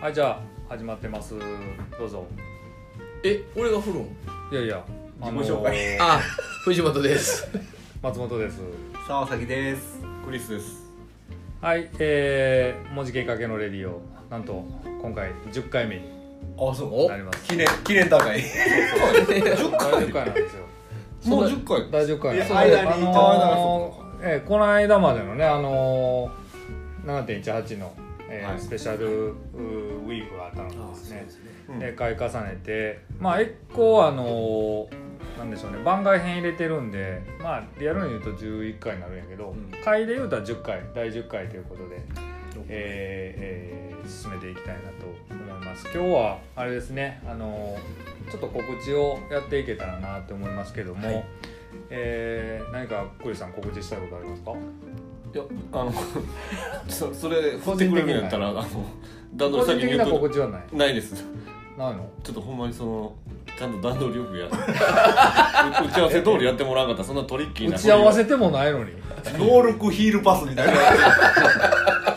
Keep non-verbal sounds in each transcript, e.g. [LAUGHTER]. はいじゃあ始まってますどうぞえ俺が振るんいやいや自己紹介あのーあ藤本です松本です沢崎ですクリスですはいえー、文字計画のレディオなんと今回10回目にあそうなります記念記念高い10回大10回なんですよもう10回 [LAUGHS] 大10回いやそう間にあのーえーこの間までのねあのー、7.18の、えーはいスペシャルうーウィークがあったのがですねうんで買い重ねてまあ一個あのなんでしょうね番外編入れてるんでまあリアルに言うと11回になるんやけど、ん回で言うとは10回第10回ということで、えーえー進めていきたいなと思います今日はあれですねあのちょっと告知をやっていけたらなと思いますけども、えー何かクリさん告知したいことありますかいやあの [LAUGHS] そそれ振ってくれるんやったらあの段取個り人先に的言なっと告知はないないですないのちょっとほんまにそのちゃんと段取りよくや [LAUGHS] 打ち合わせ通りやってもらわなかったらそんなトリッキーな打ち合わせてもないのに能力ヒールパスみたいな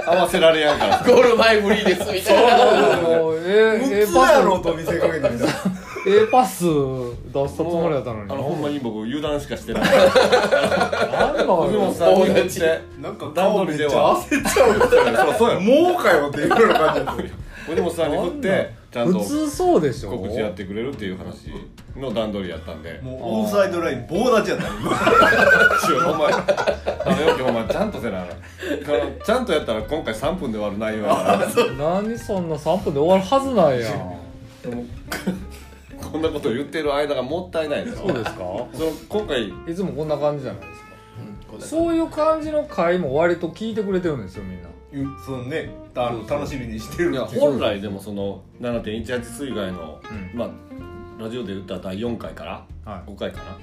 合わせられやんからさゴール前無理ですみたいなもうえーえ6ーつパスやろうと見せかけてみた A パス出したつもりだったのにあのほんまに僕油断し [LAUGHS] かしてないなんだ藤本よさんに言ってなんか段顔取めっちりでゃは焦っちゃうみたいなそうそうやもうかよっていうような感じだった藤本さんに振っなんてちゃんと普通そうでしょ告知やってくれるっていう話の段取りやったんでもうオフサイドライン棒立ちやったよ今お前食べようお前ちゃんとせなあかんあのちゃんとやったら今回3分で終わる内容 [LAUGHS] やか何そんな3分で終わるはずないや [LAUGHS] んらこんなこと言ってる間がもったいないですそうですかその今回いつもこんな感じじゃないですかそういう感じの回も割と聞いてくれてるんですよみんなそのねあの楽しみにしてるいやっていう本来でもその7.18水害の、うんまあラジオで言ったら第4回からはい5回かな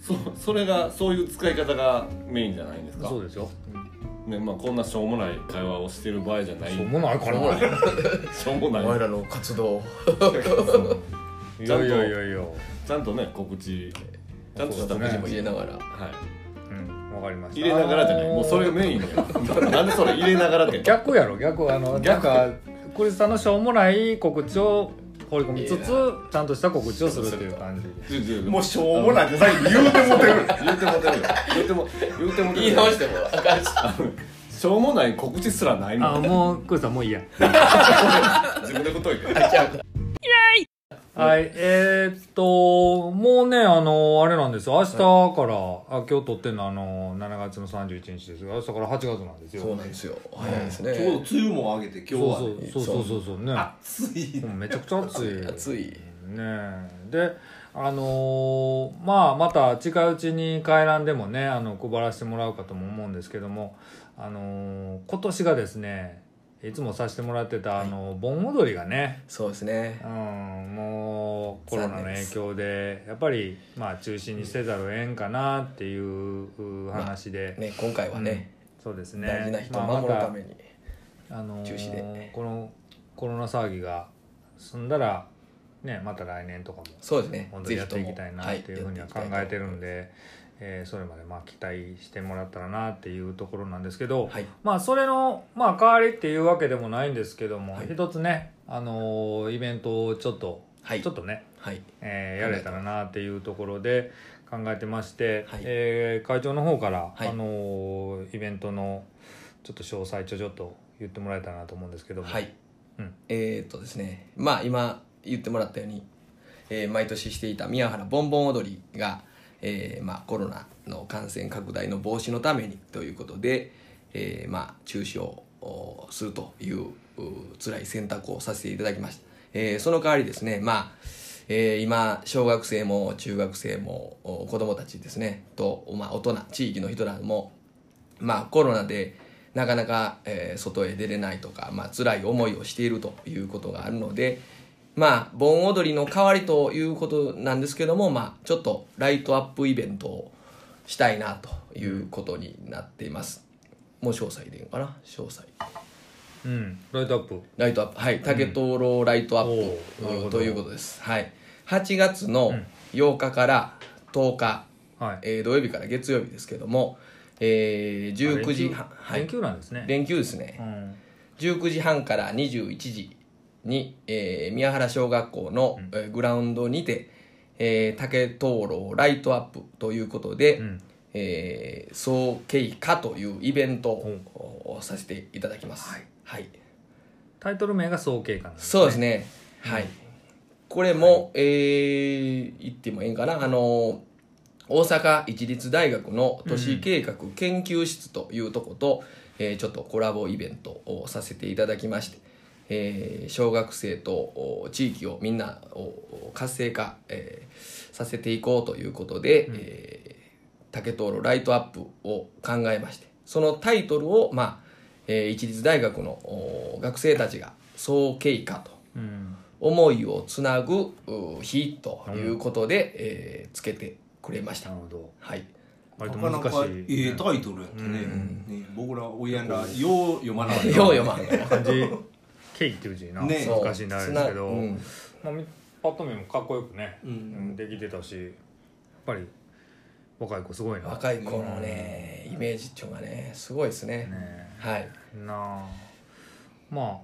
そそれがそういう使い方がメインじゃないですかそうですよねまあ、こんなしょうもない会話をしてる場合じゃないしょうもないからない [LAUGHS] しょうもないお前らの活動やいやいやいやちゃんとね告知ちゃんとしたそうですねも入れながらはいうんわかりました入れながらじゃない、もうそれがメインだよなんでそれ入れながらって逆やろ逆あのなん逆かクリスさんのしょうもない告知を放り込みつつちゃんとした告知をするっていう感じじゅじゅもうしょうもないデザイン言うてもうてる言うてもてるよ言うても言うてもてる言い直してもあかんししょうもない告知すらないもあんもうクリスさんもういいや自分でこと言ってはい、えーっと、もうね、あの、あれなんですよ。明日から、あ今日撮ってんのは、あの、7月の31日ですが、明日から8月なんですよ。そうなんですよ早いですねちょうど梅雨も上げて今日はねそうそうそうそうそうそうね。暑いもうめちゃくちゃ暑い。暑いねで、あのーまあ、また近いうちに回覧でもね、あの、配らせてもらうかとも思うんですけども、あのー今年がですね、いつもさせてもらってた、あの、盆踊りがね、そうですねうん、もうコロナの残念影です響でやっぱり、まあ、中止にせざるをえんかなっていう話で、ね今回はねそうですね大事な人をまあ守るためまにたあのー中止でこのコロナ騒ぎが済んだら、ね、また来年とかもそうですね本当ぜにひやってといもきたいなっていうふうには考えてるんで、えーそれまでまあ期待してもらったらなっていうところなんですけど、はいまあそれの、まあ、代わりっていうわけでもないんですけども、はい一つね、あのーイベントをちょっと、はいちょっとねはいえーやれたらなっていうところで考えてまして、はいえー会長の方から、はいあのーイベントのちょっと詳細ちょちょっと言ってもらえたらなと思うんですけどもはい、うんえーっとですねまあ今言ってもらったように、えー毎年していた宮原ボンボン踊りが、えーまあ、コロナの感染拡大の防止のためにということで、えーまあ、中止をおするというう辛い選択をさせていただきました、えーその代わりですねまあえー今小学生も中学生もお子供たちですねと、まあ、大人地域の人らもまあ、コロナでなかなか、えー外へ出れないとか、まあ辛い思いをしているということがあるので、まあ、盆踊りの代わりということなんですけども、まあ、ちょっとライトアップイベントをしたいなということになっています。もう詳細でいいのかな詳細。うん、ライトアップライトアップ。はい。竹灯籠ライトアッおプ、ーなるほどということです。はい。8月の8日から10日、はいえー土曜日から月曜日ですけども、えー19時半、あ連休連休なんですね、連休ですね、19時半から21時に、えー宮原小学校の、えーグラウンドにて、えー竹灯籠ライトアップということで、うんえー総慶歌というイベントうんををさせていただきます。はい、タイトル名が総計かなそうですね。はい。これも、えー言ってもいいんかな。あの、大阪一律大学の都市計画研究室というとこと、えーちょっとコラボイベントをさせていただきまして、えー小学生とお地域をみんなを活性化、えーさせていこうということで、えー竹灯籠ライトアップを考えましてそのタイトルを、まあえー一律大学のお学生たちが「総慶歌」とうん思いをつなぐう日ということで、えーつけてくれましなたる。ほどはい、割となかな難しかいええタイトルやってね,、ね僕ら親らよう読まなかったようよまん漢字「ケイ」っていう字な、ね [LAUGHS] 難しいなるんですけど、うんまあ、みパッと見もかっこよくね、うんうんできてたしやっぱり若い子すごいな若い子のね、イメージっていうのがねすごいですねねはいなあま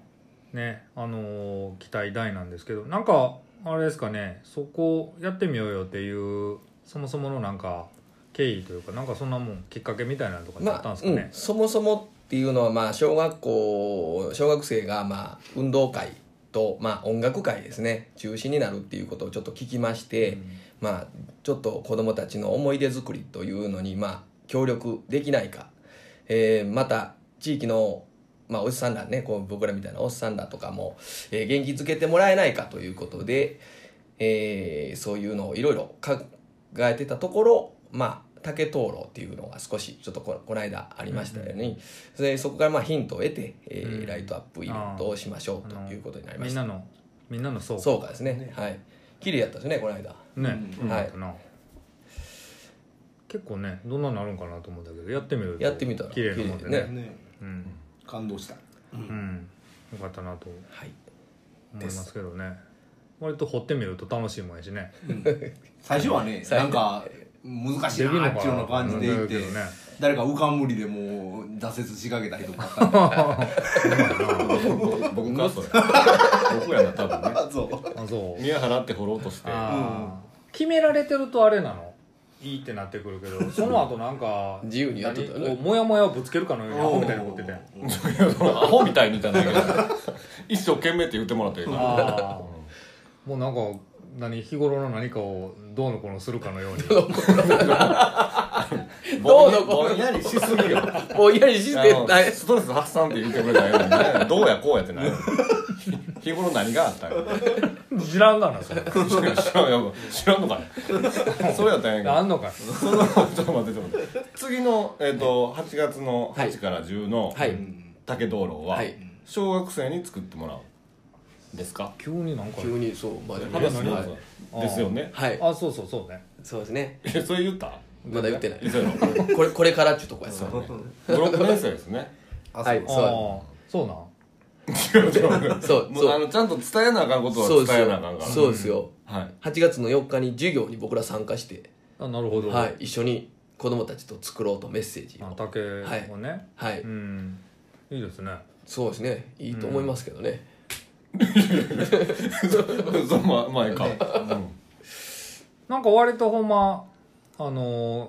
あねあのー期待大なんですけどなんかあれですかねそこやってみようよっていうそもそものなんか経緯というかなんかそんなもんきっかけみたいなのとかってあまったんあですかうんね、、そもそもっていうのはまあ小学校小学生がまあ運動会とまあ音楽会ですね中止になるっていうことをちょっと聞きまして、まあちょっと子どもたちの思い出作りというのにまあ協力できないか、えーまた地域のまあ、おっさんらねこう僕らみたいなおっさんらとかも、えー元気づけてもらえないかということで、えーそういうのをいろいろ考えてたところ、まあ、竹灯籠っていうのが少しちょっとここの間ありましたように、それでそこからまあヒントを得て、えーうんライトアップイベントをしましょうとあのいうことになりまみんしたなのみんなのそうそうかですねはい綺麗やったですねこの間ね、うんはいな結構ねどんなのあるんかなと思うんだけどやってみるとやってみたら綺麗なもんでね綺麗ねうん、感動したうん、よかったなとはい思いますけどね割と掘ってみると楽しいもんやしね最初はね最な初んか難しいできるのなっかていうような感じでいって、うんだ誰か浮かん無理でもう挫折しかけたりとかあっ僕かそれ僕やな多分たねからそうあそう宮原って掘ろうとしてあー決められてるとあれなのいいってなってくるけどその後なんか [LAUGHS] 自由にやってたね何こうモヤモヤをぶつけるかのようにアホみたいに持ってていやそのアホみたいに言ったんだけど一生懸命って言ってもらったらいいからあーもうなんか何日頃の何かをどうのこうのするかのようにどうのこうのぼんやりしすぎよあぼんやりしてのないストレス発散って言ってくれたようにねどうやこうやってない [LAUGHS] 日頃何があったんや [LAUGHS] 知らんがなそれ知らん知らんよ知らんのかいそうやったんやけあどん [LAUGHS] のかいそのちょっと待ってちょっと待って次の、えっと8月のはい8から10のはい、竹灯籠ははい小学生に作ってもらうんですか急になんか急にそうまあ話すのはいですよねはいあそうそうそうねそうですねえそれ言ったまだ言ってないそう [LAUGHS] やろこれこれからっていうとこやそう56年生ですねあはいああそそうなん違う違うそう [LAUGHS] もうそうあのちゃんと伝えなあかんこうとそうはで伝すえなあかんよからそうですよはい8月の4日に授業に僕ら参加して、あなるほど、はい、一緒に子供たちと作ろうとメッセージあを竹をね、はい、うんいいですねそうですねいいと思いますけどね、 [LAUGHS] そうまあまあええかなんか割とほんまあのー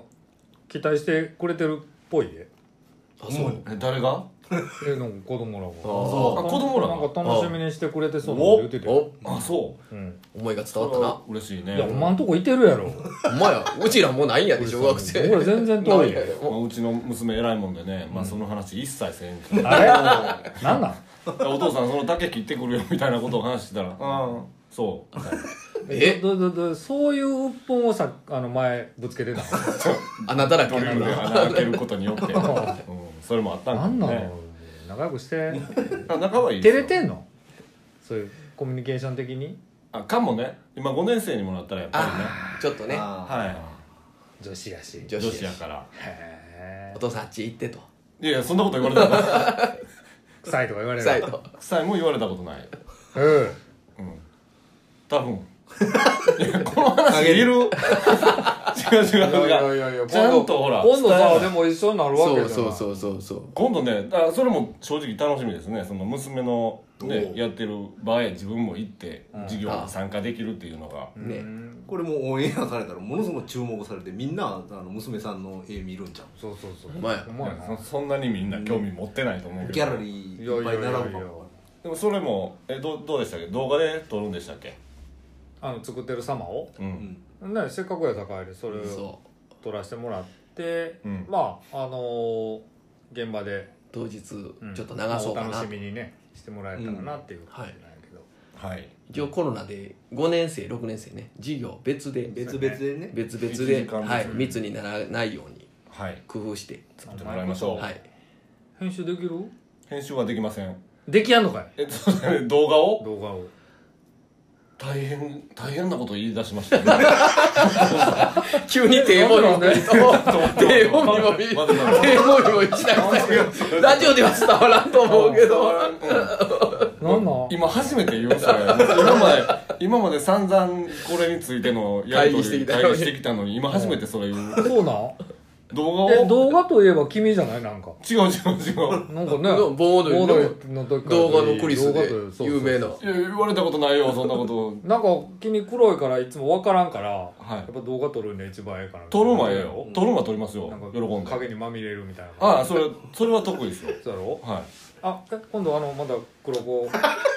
期待してくれてるっぽいであそうえ誰がえなんか子供らがそうあ子供らがなんか楽しみにしてくれてそうなこと言ってたよおあそううん思いが伝わったな嬉しいいねやお前んとこいてるやろお前やうちらもうないんやで小学生俺全然遠いなんやででまあうちの娘偉いもんでねまあその話一切せんか [LAUGHS] らあれなんなんお父さんその竹切ってくるよみたいなことを話してたら「ああそう」えどどどそういう鬱憤をさあの前ぶつけてたあなたらドけリルで穴開けることによって、うん、それもあった [LAUGHS] のなんんかなものね仲良くしてあ仲はいいで照すよれてんのそういうコミュニケーション的にあかもね今5年生にもなったらやっぱりねあちょっとねあは女子やしい女女子子ややしからへお父さんあっち行ってといやいやそんなこと言われたことないー臭いとか言われ臭いると臭いも言われたことないうん [LAUGHS] 多分いやこの話いる違違う違ういやいやいやちゃんとほら今度伝えさないでも一緒になるわけそじゃうそううそうそうそう今度ねあそれも正直楽しみですねその娘の、ね、やってる場合自分も行ってうん授業に参加できるっていうのが、ねんこれもうオンエアされたらものすごく注目されてみんなあの娘さんの絵見るんじゃんそうそうそうほんまやほんまやなそそんなにみんな興味持ってないと思うけどギャラリーいっぱい並ぶかいやいやいやいやもでもそれもえどどうでしたっけ動画で撮るんでしたっけあの作ってる様をううんんねせっかくやさかいでそれをそう撮らせてもらって、うんまああのー現場で、当日ちうょんっと流そうかおな、楽しみにねしてもらえたらなっていう感じなんやけど、はい一応コロナで5年生6年生ね授業別で別々でね別々一時で、間ずつはい、密にならないようにはい工夫して、作ってもらいましょう、はい、編集できる編集はできませんできやんのかいえそうだね動画を動画を大変大変なこと言い出しましたね急に手もみもみと手もみもみまだまだ手もみもみしながらラジオでは伝わらんと思うけどなんなん今初めて言うそれ今まで今まで散々これについてのやり取会議してきりたのに会議してきたのに今初めてそれ言うそうなん動画えを動画といえば君じゃないなんか違う違う違うなんかね盆踊りのの時から動画のクリ動ス画でというそうそう有名ないや言われたことないよそんなことなんか君黒いからいつもわからんから、いやっぱ動画撮るんで一番ええから撮るんはええよ撮るんは撮りますよなんか喜んで影にまみれるみたいなああそれそれは得意ですよそうやろはあえ今度あのまだ黒子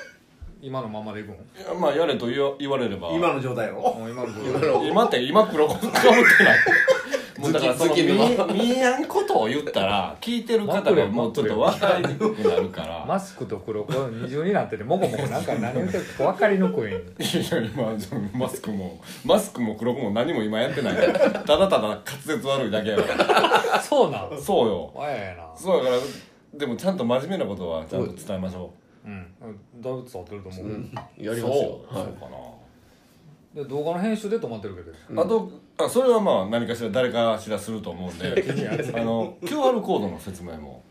[LAUGHS] 今のままでいくんいいやまあやれと言わ言われれば今の状態をもう今の黒今子の今って今黒子被ってないもうだからそのズッキズッキ見見えやんことを言ったら聞いてる方がもうちょっと分かりにくくなるからマスクと黒子二重になっててもこもこなんか何言ってるか分かりにくいん [LAUGHS] いや今マスクもマスクも黒子も何も今やってないからただただ滑舌悪いだけや [LAUGHS] からそうなんそうよあややなそうだからでもちゃんと真面目なことはちゃんと伝えましょうんだいぶ伝わってると思う、うんうやりますよそう,、はそういかなで動画の編集で止まってるけどうんあとあそれはまあ何かしら誰かしらすると [LAUGHS] 思うんであの QR コードの説明も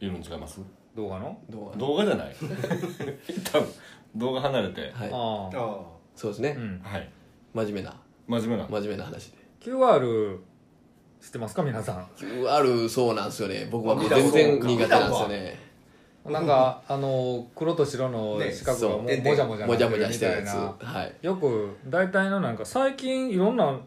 いるん違います動画のどう動画じゃない [LAUGHS] 一旦動画離れてはいあああそうですねうんはい真面目な真面目な真面目な話で QR 知ってますか皆さ QR そうなんですよね僕はもう見たこと全然か苦手なんですよねんなんかあの黒と白の四角がも,、ねそうもじゃもじゃもじゃもじなっゃしててるるみやたいなつはいよく大体のなんか最近いろんな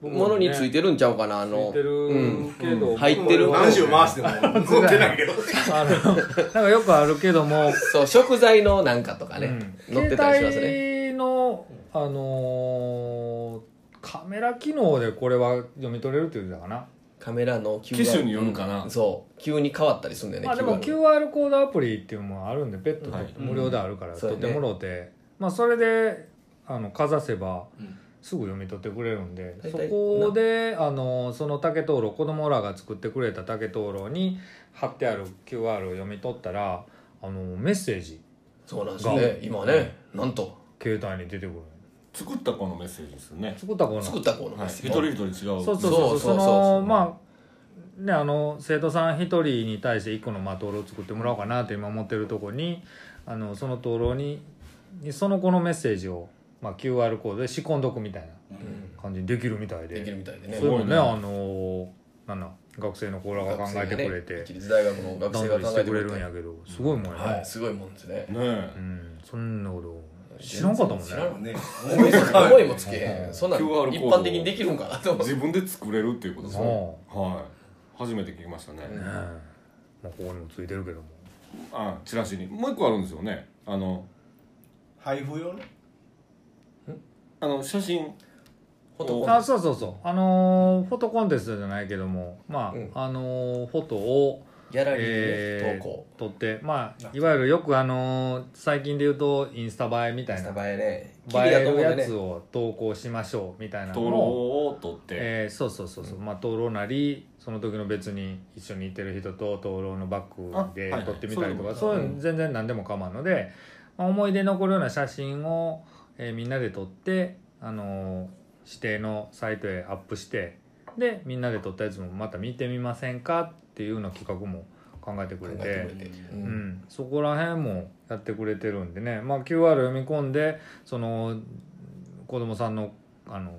ものについててるんちゃうかなあつのいてうるんけど、うん入ってる何周回しても動けないけどあのなんかよくあるけども、そう食材のなんかとかね、うん載ってたりしますね携帯の、あのーカメラ機能でこれは読み取れるっていうんだかな、カメラの QR 機種によるかなうんそう急に変わったりするんだよね、まあ、でも QR コードアプリっていうのもあるんで別途はい無料であるからうん取ってもろうて、まあ、それであのかざせばうんすぐ読み取ってくれるんで、大そ体こであのその竹灯籠子供らが作ってくれた竹灯籠に貼ってある QR を読み取ったらあのメッセージそうなんですよね今ねなんと携帯に出てくる作った子のメッセージですよね、作ったかな作った子のはい、メッ一セージ人一人違うそうそうそうそうそそうそうのまあねあの生徒さん一人に対して一個のまあ灯籠を作ってもらおうかなって今思ってるとこにあのその灯籠ににその子のメッセージを、まあ、QR コードで仕込んどくみたいなうん感じにできるみたいでできるみたいでねそういうのねすごいあのなんなん学生の子らが考えてくれて学生がね私立大学の段学取生がりし考えててくくれれるんてやけどすごいもんやな、はいすごいもんですねねえうんそんなこと知らんかったもんね知らんわね思いも思いもつけへうんんそんなん QR コード一般的にできるんかな [LAUGHS] と思って自分で作れるっていうことですねうはい初めて聞きましたね、うねえまあ、ここにもついてるけどもあチラシにもう一個あるんですよねあの配布用のあの写真フォトコンあそうそうそうあのーフォトコンテストじゃないけどもまあ、うんあのーフォトを、ギャラリーにえね投稿ー撮ってまあいわゆるよくあのー最近で言うとインスタ映えみたいな映映えねえるやねつを投稿しましょうみたいな灯の籠を、を撮って、えーそうそうそうそう、まあ灯籠なりその時の別に一緒にいてる人と灯籠のバッグであはいは撮いってみたりとかそそうういういのうの全然何でも構わんので、まあ思い出に残るような写真を、えーみんなで撮って、あのー指定のサイトへアップしてでみんなで撮ったやつもまた見てみませんかっていうような企画も考えてく考れえててくれてううんん、そこら辺もやってくれてるんでね、まあ、QR 読み込んでその子供さんのあの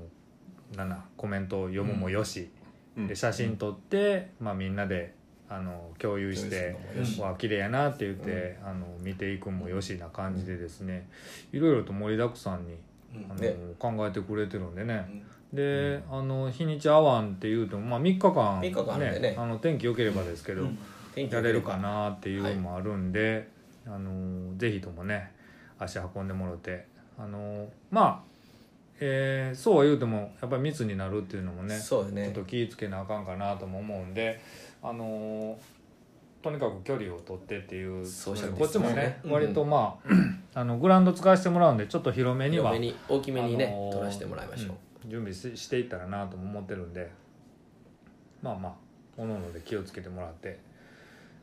なんだコメントを読むもよし、うんで写真撮って、まあ、みんなであの共有して「わあ綺麗やな」って言って、あの見ていくもよしな感じでですねいろいろと盛りだくさんにうんあの、ね考えてくれてるんでね。うんで、あの日にち合わんっていうと、まあ、3日間三日間あるんでねあの天気良ければですけど、うん天気やがれ出るるかかなっていうのもあるんで、あのぜひともね足運んでもろてあのまあ、えーそうは言うてもやっぱり密になるっていうのもねそうよちょっねと気ぃつけなあかんかなとも思うんであのとにかく距離を取ってっていうソーシャルデこィっスちタンスもねね、うん割とまああのグラウンド使わせてもらうんでちょっと広めには広めに大きめにね、あのー取らせてもらいましょう、うん準備ししていったらなとも思ってるんでまあまあおのおので気をつけてもらって、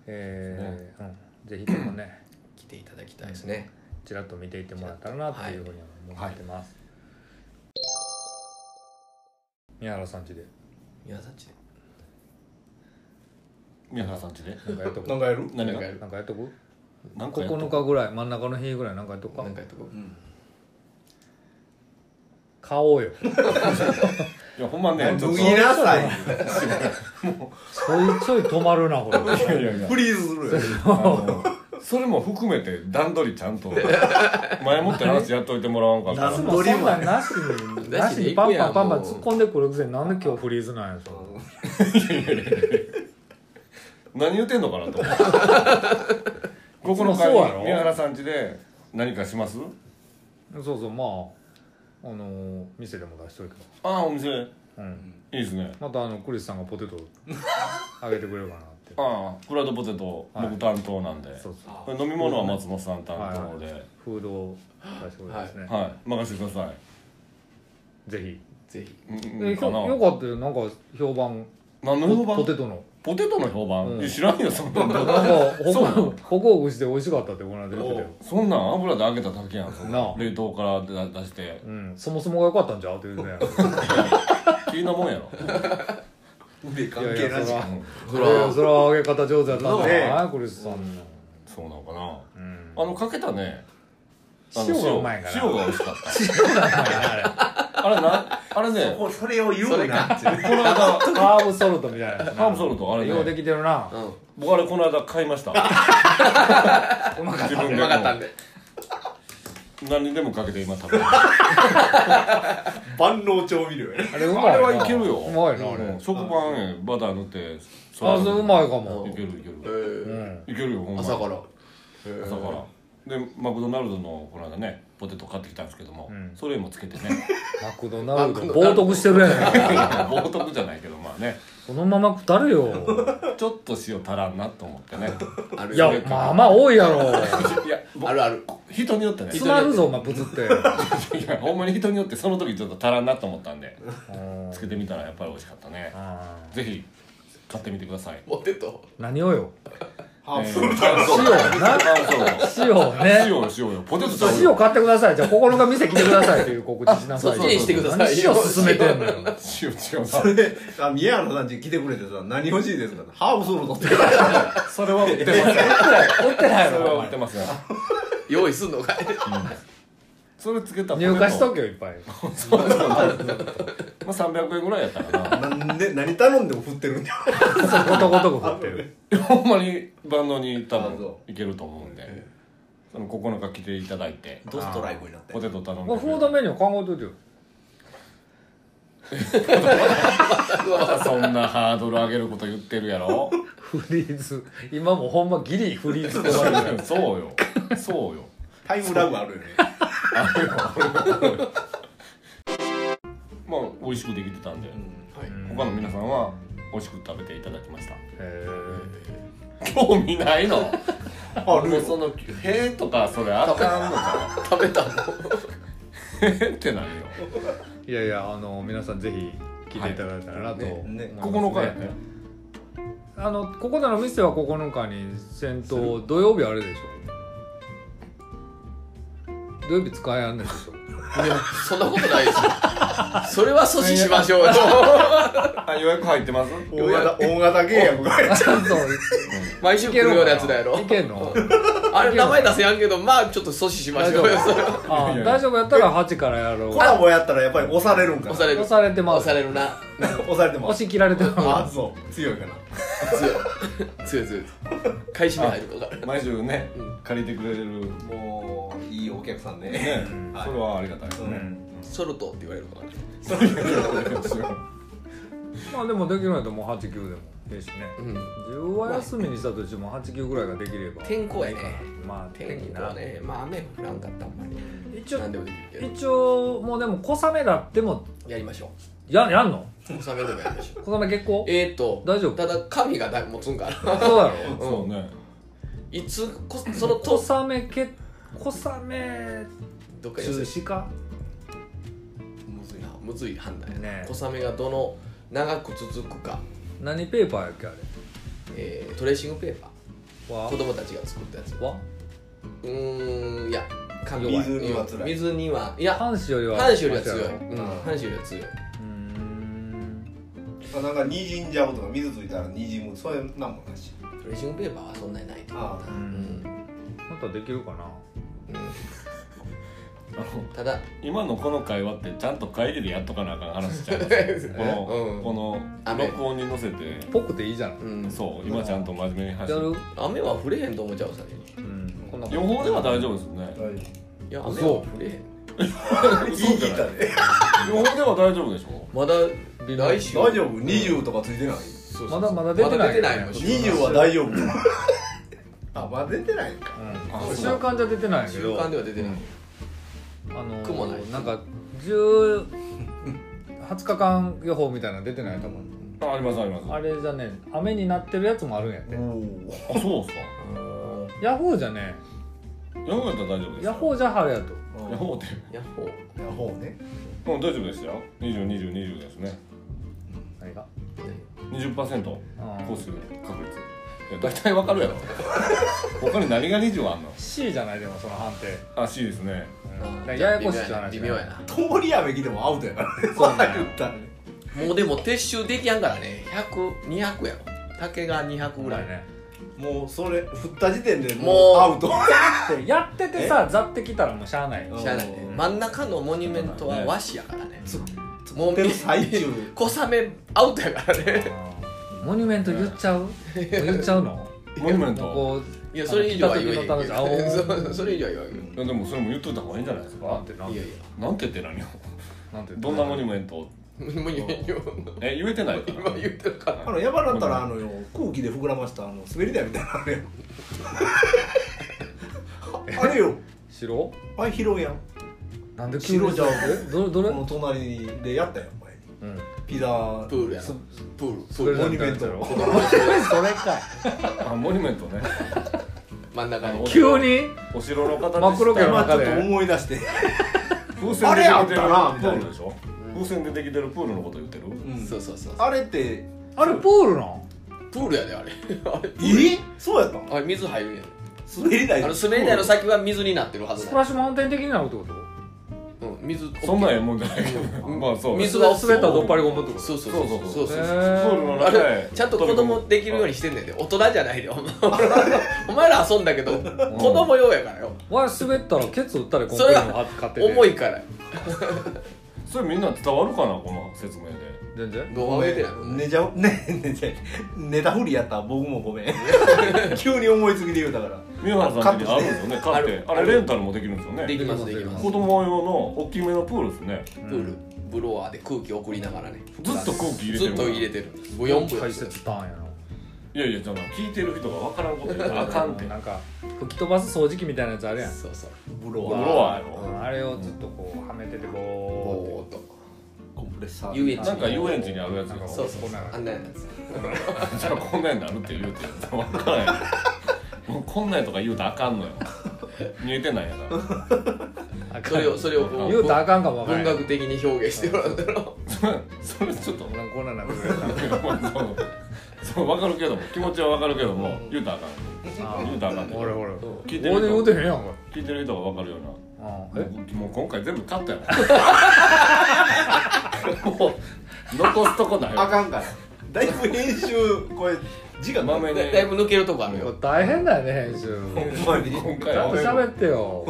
えーうん、ぜひともね [CLEARS THROAT] 来ていただきたいですね、ちらっと見ていってもらったらなっていうふうには思ってます、宮原さんちで宮崎で宮原さんちでなんかやっとく [LAUGHS] なんかやる何がやるなんかやっとく何かやっと9日ぐらい真ん中の日ぐらいなんかやっとくか何回とこうん買おうよいやほんまねちょっ脱とぎなさい [LAUGHS] ちょいちょい止まるなこれいやいやいやフリーズするよあのそれも含めて段取りちゃんと前もって話やっといてもらわんかったいらつなもそんなんなしにななししににパ行ンくパやンんパンパンもう突っ込んでくるくせになんで今日フリーズなんやそ何言ってんのかなと思ってここのいつもそうや会ろに宮原さん家で何かしますうそうそうまああのー店でも出しといてもああお店いうんいですねまたあのクリスさんがポテトあげてくれるかなってああフライドポテトはい僕担当なんでそうそうこれ飲み物は松本さん担当でフードを出してくれるんですね、はい任せてくださいぜひぜひうんうえんひょかなよかったよなんか評判何のポ評判ポテトのポテトの評判、 [LAUGHS] うんいや知らんよそんななんんかほそうなのこホクホクして美味しかったってこの間言ってたよそんなん油で揚げただけやんそんなあん冷凍から出出してうん、そもそもが良かったんじゃうって言ってたよ急なもんやろで関係いやないやしそらうそれはんそれは揚げ方上手やったんじゃない、ねクリスさんの、そうなのかなうんあのかけたねあの塩がうまいから塩塩が美味しかっあれたあれなあれねそこそれを言うなってこの間ハーブソルトみたいなハーブソルトあれねようできてるなうん僕あれこの間買いまし [LAUGHS] たうまかった自分うでまかったんで何にでもかけて今食べる万能調味料や [LAUGHS] あれうまいなあれはいけるようまいなあれ、うん食パンねバター塗ってあそれうまいかうもんいけるいけえるうーんいけるよほんまに朝から朝からでマクドナルドのこの間ねポテト買ってきたんですけども、うんそれもつけてね [LAUGHS] マクドナルド冒涜してるやん冒涜じゃないけどまあねそのまま食たるよちょっと塩足らんなと思って [LAUGHS] ねあるいやまあまあ多いや [LAUGHS] ろいや僕あるある人によってね詰まるぞお前ブツっていやほんまに人によってその時ちょっと足らんなと思ったんでうんつけてみたらやっぱり美味しかったねあーぜひ買ってみてくださいポテト何をよハえーーブ塩な塩ね塩塩よポテトちゃう塩よ買ってくださいじゃあここのが店来てくださいという告知しなさそっいちよにしてくださいよ何塩進めてんのよ塩塩それであ宮原さんち来てくれてさ何欲しいですかハーブソルトってそれは売ってません売ってないそれのは売ってません用意すんのかい [LAUGHS] それつけたポテト入荷しとけよいっぱいそうそうそうまあ300円ぐらいやったかななんで何頼んでも振ってるんだよごとごとく振ってる [LAUGHS] ほんまに万能に多あ分そいけると思うんでその9日来ていただいてドストライクになってポテト頼んもでうフードメニュー考えといてよそんなハードル上げること言ってるやろ [LAUGHS] フリーズ今もほんまギリフリーズってそう言われるよそうよタイムラグあるよねまあ美味しくできてたんでうん他の皆さんは美味しく食べていただきましたへ興味ないのあもうその「へえ」とかそれあかんのか食べたの [LAUGHS] なへえってなるよーいやいやあの皆さんぜひ聞いていただいたらなとはい思いますねね9日やねあのここなの店は9日に先頭土曜日あれでしょ土曜日使いあんねんでしょ [LAUGHS] いやそんなことないです [LAUGHS] よそれは阻止しましょうよあ予約入ってます大型大型契約があそう毎週来るようなやつだやろいけんのあれ名前出せやんけどまあちょっと阻止しましょうよ大丈夫それはあ大丈夫やったら8からやろう [LAUGHS] コラボやったらやっぱり押されるんかな押される押されてます押されるな押されてま押すし切られてあますそう強いかな強い強い買い占め入るから毎週ね借りてくれるねもういいお客さんね [LAUGHS] はいそれはありがたいですうねんソルトって言われるからまあでもできないともう89でもいいしねうん10は休みにしたとしても89ぐらいができれば天候やねまあ天天気気なはねまあ雨降らんかったあんまり一応何でもできるけど一応もうでも小雨だってもやりましょややんのう納めとかやりましょう小雨結構 [LAUGHS] えーと大丈夫ただ髪がだいぶ持つんかなそうだろそうね [LAUGHS] いつこそのと小雨け小雨どっか中寄せ止かむずいななむずい判断やなね小雨がどの長く続くか、何ペーパーやっけあえートレーシングペーパれーわ子供たちが作ったやつわうーんいや紙水には辛い水にはいや半紙よりは半紙よりは強い、ううん、半紙よりは強いーんあなんかにじんじゃうとか水ついたらにじむそういうなんもなしトレーシングペーパーはそんなにないと思あううな、うんんまたできるかなあのただ [LAUGHS] 今のこの会話ってちゃんと会議でやっとかなあかん話 [LAUGHS] ちゃいますこうんのこの雨録音に載せてぽくていいじゃんうんそう今ちゃんと真面目にや話してる雨は降れへんと思っちゃう最初にうんこんな予報では大丈夫ですよねいや雨は降れへんいいそうじゃない板で予報では大丈夫でしょまだ来週大丈夫20とかついてないそうそうそうまだまだ出てないまだ出てないもん20は大丈夫 [LAUGHS] あまあ出てないんかうん週刊じゃ出てないけ週ど間では出てない、あのー雲ないなんか10 20日間予報みたいなの出てない多分あありますありますあれじゃね雨になってるやつもあるんやって、おあそうっすかうんヤホーじゃねヤホーやったら大丈夫ですよヤホーじゃ春やとヤホーってヤッホーヤホーねうん大丈夫ですよ202020ですね何が20%降水あ確率いや大体わかるやろ他に何が20あんの C じゃないでもその判定、あ C ですねうんだあからーややこしいって話微妙やな通り雨来てもアウトやからねそうなんや [LAUGHS] 言ったらねもうでも撤収できやんからね100200やろ竹が200ぐぐららいいねもうそれ振った時点でもうもうアウトでやっててさざってきたらもうしゃあないようんしゃあないねうん真ん中のモニュメントは和紙やからねつもうってる最中 [LAUGHS] 小雨アウトやからねモニュメント言っちゃう、もう言っちゃうのモニュメントこういやそれ以上は言えへあの来た時の楽しみあおーん [LAUGHS] そうそれ以上は言わへんいやでもそれも言っといた方がいいんじゃないですなかんてなんいやていなんてって何をなんてどんなモニュメントやもう言えんよえ言えてないから [LAUGHS] 今言ってるからあの山だったらあのよ空気で膨らましたあの滑り台みたいなのあれよ [LAUGHS] あれよ白あれ広いやんなんで急に白じゃんえどれどれこの隣でやったやん前にうんピザプールやなすプールプそーれルだモニュメントだろそれかあモニュメントね真ん中にあ急にお城の形マクロしケの今ち中ょっでと思い出して風船でできてるプあれやったなールでしょ風船でできてるプールのこと言ってるうんそうそうそうあれってあれプールなんプールやであれあれプールえそうやったのあれ水入るんや滑り台あの滑り台の先は水になってるはずスプだラッシュマウンテン的になるってことうん水そんなんええもんじゃないけど [LAUGHS] まあそう水滑はったらどっぱりゴムってことそうそうそうそうそうそうへそうプーールのあ中れへちゃんと子供できるようにしてんねんで大人じゃないでお [LAUGHS] 前お前ら遊んだけど子供用やからよわし滑ったらケツ打ったりコンクそリれートを買ってて重いからそれみんな伝わるかなこの説明で全然動画見てないもんね寝ちゃう [LAUGHS] ね寝ちゃう寝たふりやった僕もごめん [LAUGHS] 急に思いつきで言うたから宮原さん家にあるんですよねカ買ッっトてああるれレンタルもできるんですよでねきますできます子供用の大きめのプールですねプールブロワーで空気送りながらねずっと空気入れてずるっと入れてるブヨンブヨン解してる説ターンやないやいやじゃあ聞いてる人が分からんこと言うたらあかんってなんか吹き飛ばす掃除機みたいなやつあるやんそうそうブロブワローワーやろあれをずっとこうはめててこボーっとコンプレッサー遊園地なんか遊園地にあるやつやろそうそうこんなのあんなやつじゃあこんなんになるって言うて分からんやんもうこんなんやとか言うたらあかんのよ見えてないやからうあかそんれをそれをこ言うたらあかんかもわから文んやん学的に表現してもらったらそれそれちょっと俺もこんなんなってくれたそうそう分かるけども気持ちは分かるけども言うたらあかん言うたらあかんねほらほら聞いて俺る言うて人へんやんこ聞いてる人が分かるようなれあもえうもう今回全部カットやなもう残すとこないあわかんからだいぶ編集これ字がまめにだだいぶ抜けるとこあるこれよ大変だね編集 [LAUGHS] ちほんまに今回ゃんとは喋って [LAUGHS] よ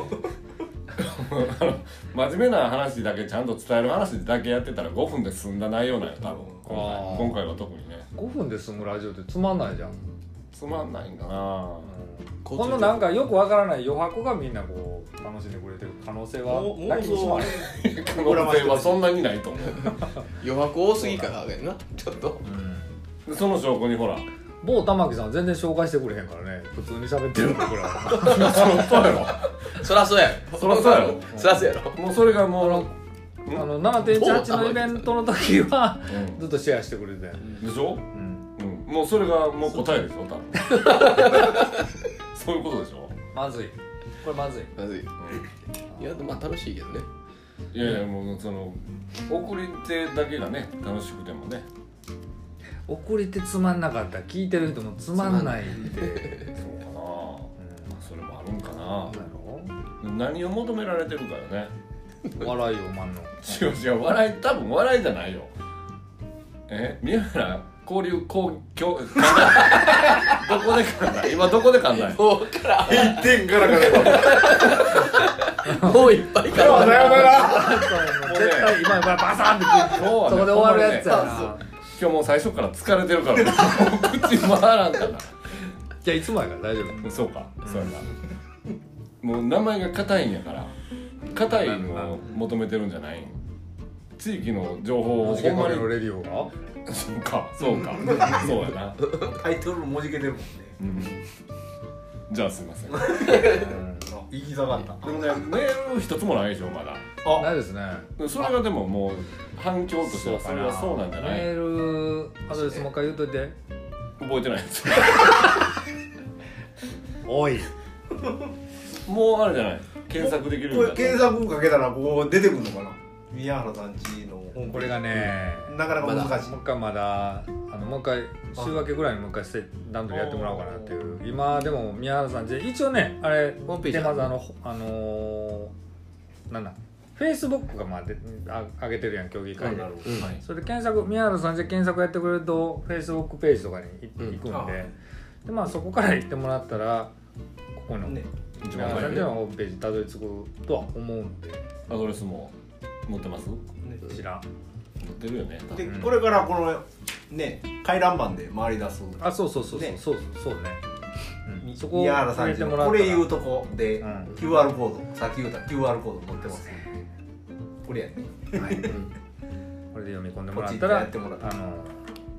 真面目な話だけちゃんと伝える話だけやってたら5分で済んだ内容なんよ多分あー今回は特にね5分で済むラジオってつまんないじゃん、つまんないんかなこのなんかよくわからない余白がみんなこう楽しんでくれてる可能性はもうなきにしもあ妄れ想可能性はそんなにないと思余白多すぎからあげんなちょっとうんうでその証拠にほら某玉木さん全然紹介してくれへんからね普通に喋ってる僕らそうやそらそうやろそらそうやろそらそうやろろもうそれがもう、 [LAUGHS] あの7.18のイベントの時 [LAUGHS] はずっとシェアしてくれてたよ、うんでしょ、うん、うん、もうそれがもう答えでしょ多分そういうことでしょまずいこれまずいまずいいやまあ楽しいけどねいやいやもうその送り手だけがね楽しくてもね送りてつまんなかった聞いてる人もつまんないってそうかうんなまあそれもあるんかなそうだろ何を求められてるかよね笑いよお [LAUGHS] まんの違う違う笑い多分笑いじゃないよえ宮原交流交響どこで噛んだ今どこで噛んだよもうから一点ガラガラもういっぱいかさよらなら絶対今バサンってくる今日はねそこで終わるやつやほんまにねな今日もう最初から疲れてるから口回らんからいやいつもやから大丈夫そうか、そうやなもう名前が硬いんやから硬いのを求めてるんじゃない地域の情報を文字ほんま掛けのにレディオがそうかそうかそうやな、タイトルもじけてるもんねうんじゃあすいませんであ言いきざかったもねメール一つもないでしょまだうんなあいですねそれがでももう反響としてはそれはそうなんじゃなメいールアドレスもう一回言うといて覚えてないです [LAUGHS] おいもうあれじゃない検索できるこんれだ検索かけたらここ出てくるのかな宮原さんちのホームページこれがねなかなか難しいもう一回まだあのもう一回週明けぐらいにもう一回して段取りやってもらおうかなっていう今でも宮原さんじゃ一応ねあれホームページでまずあのほあのー、なんだフェイスブックがまあであ上げてるやん競技会で、ほうんそれ検索宮原さんじゃ検索やってくれるとフェイスブックページとかに行,、うん行くんあででまあそこから行ってもらったらここのね一宮番原さんで前のにホームページたどり着くとは思うんでアドレスも載ってます載ね知らんってるよね多分でこれからこのね回覧板で回り出すあそうそうそうそう、ねそうそうそうね、うん、そこを宮原さん入れちてのもらったらこれ言うとこで、うん QR コードさっき言うた QR コード持ってますこれやねはい、こうんれで読み込んでもらったらポチってやってもらったあの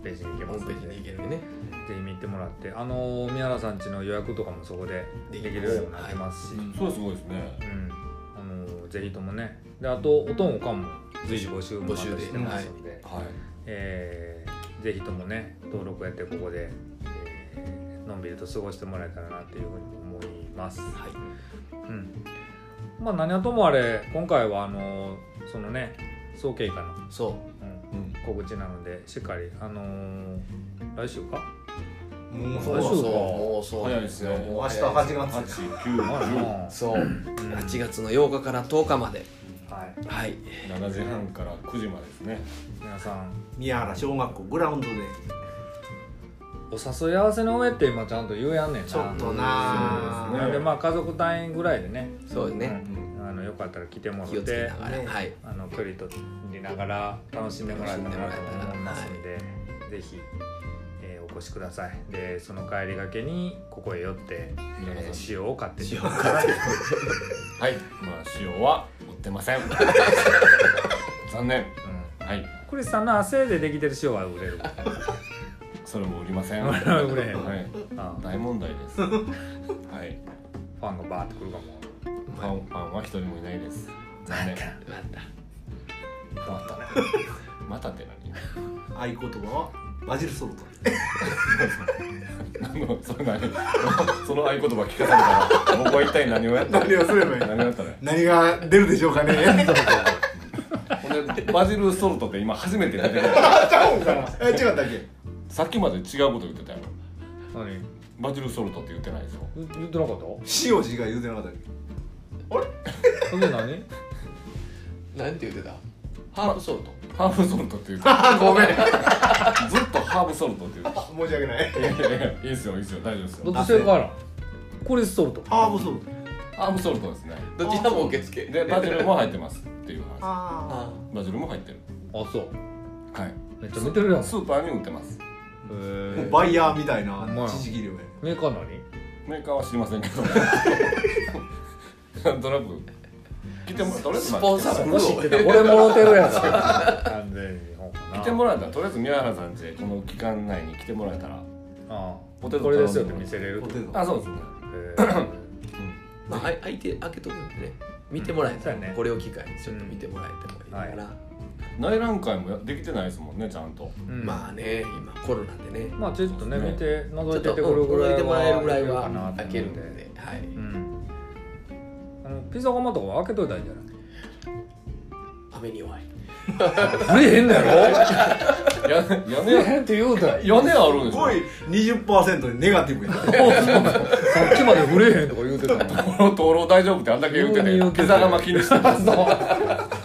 ページに行けホまーすムんでページにぜ行けるねひ見てもらってあの宮原さんちの予約とかもそこでできるようになってますし、それはすごいですねうんあのぜひともねであとおとんおかんも随時募集もまたしてますのではいえーぜひともね登録やってここで、えーのんびりと過ごしてもらえたらなっていうふうに思います。はいうん、まあ何はともあれ今回はあのそのね総経過の、そうんうん告知なのでしっかりあのー来週かもううそそうう来そ週うかもうそう早いですねもう明日早いです8月8910はそう8月の8日から10日までいはい7時半から9時までですね皆さん宮原小学校グラウンドでお誘い合わせの上って今ちゃんと言うやんねんなちょっとなそうですねなんでまあ家族単位ぐらいでねそうですねうんあのよかったら来てもら気をっつけてながらねはいあの距離とりながら楽しんでもらえたらなと思いますので、ぜひ、えーお越しくださいでその帰りがけにここへ寄って、えー塩を買って塩 [LAUGHS] はいまあ塩は売って [LAUGHS] ません残念はいクリスさんの汗でできてる塩は売れ [LAUGHS] るそれも [LAUGHS] 売りません売れへん、はいあ大問題です [LAUGHS] はいファンがバーってくるかもファンファンは一人もいないです残念またねまたって合言葉はバジルソルト何それ何 [LAUGHS] その合言葉聞かされたら僕は一体何をやった何をすればいい何をやったら何が出るでしょうかねほんでバジルソルトって今初めて出てくる [LAUGHS] [LAUGHS] え違ったっけさっきまで違うこと言ってたよ何バジルソルトって言ってないでしょ言言ってなかった塩字が言うてなかったっけそれで何なんて言ってたハーブソルトハーブソルトっていうか [LAUGHS] ごめんずっとハーブソルトっていうあ申し訳ないいやいやいやいいっすよいいっすよ大丈夫ですどよっち正解なんコレスソルトハーブソルトハーブソルトですねどちらも受付でバジルも入ってますっていうあ話あバジルも入ってるあそうはいめっちゃ見てるやんへスーパーに売ってますあもうえバイヤーみたいなほんまや知識量やメーカー何メーカーは知りませんけ [LAUGHS] どドラッグ来てもとりあえ [LAUGHS] ずスまあポンサー来るわ [LAUGHS] 俺もろてるやつ完全にほんまな来てもらえたらとりあえず宮原さんちこの期間内に来てもらえたらああポテトこれですよって見せれるポテトあそうですねへまああい相手開けとくんでね見てもらえたら、そうやねこれを機会にちょっと見てもらえてもいいかな、内覧会もやできてないですもんねちゃんとえうんまあね今コロナでねまあちょっとねそうですね見てち覗ょいってとてくるぐらいうん覗いてもらえるぐらいかなはって開思けるうんんでねはい、うんあのピザ窯とかは開けといたらいいんじ雨に弱ゃいない見えへんのやや屋根ろへんって言うたら屋根あるんですすごい20%にネガティブやなさっきまで触れへんとか言うてたのに灯籠灯籠大丈夫ってあんだけ言うて急に言うねててピザ窯気にし [LAUGHS] てます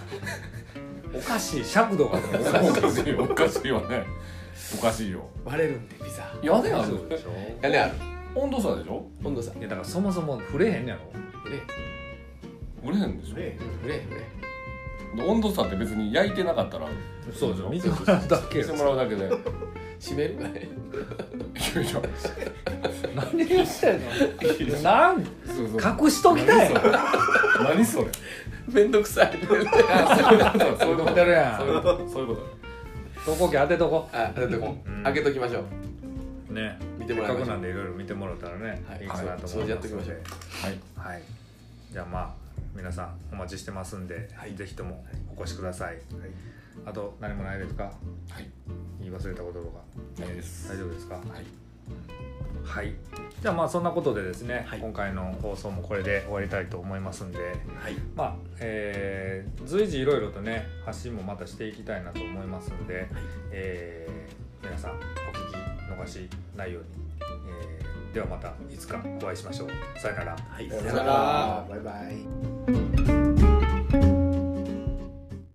おかしい尺度がねおかしいよおかしいよねおかしいよ割れるんでピザ屋根あるそうでしょい屋根ある温度差でしょ温度差ねやだからそもそも触れへんのやろ売れへんでしょね触れ触れ温度差って別に焼いてなかったらそうでしょ見見ててもらうだけしてもらうだけでよ閉める [LAUGHS] かねいしょ何言ってんのなんそうそう隠しときたい何それ何それめんどくさい [LAUGHS] あ [LAUGHS] そういうこ言とうてるやんそういうことそういうこと投稿機当てとこあだってこううん開けときましょうね見てもらいましょうせっかくなんでいろいろ見てもらったらね、、はいいいかなと思いますのでそうそうやっていきましょうはいはいじゃあまあ皆さんお待ちしてますんで、はいぜひともお越しください、あと何もないですかはい言い忘れたこととかないです大丈夫ですかはいはいじゃあまあそんなことでですね、はい今回の放送もこれで終わりたいと思いますんではいまあえー随時いろいろとね発信もまたしていきたいなと思いますので、えー皆さんお聞き逃しないように、えーではまたいつかお会いしましょうさよなら。はいささよよななららバイバイ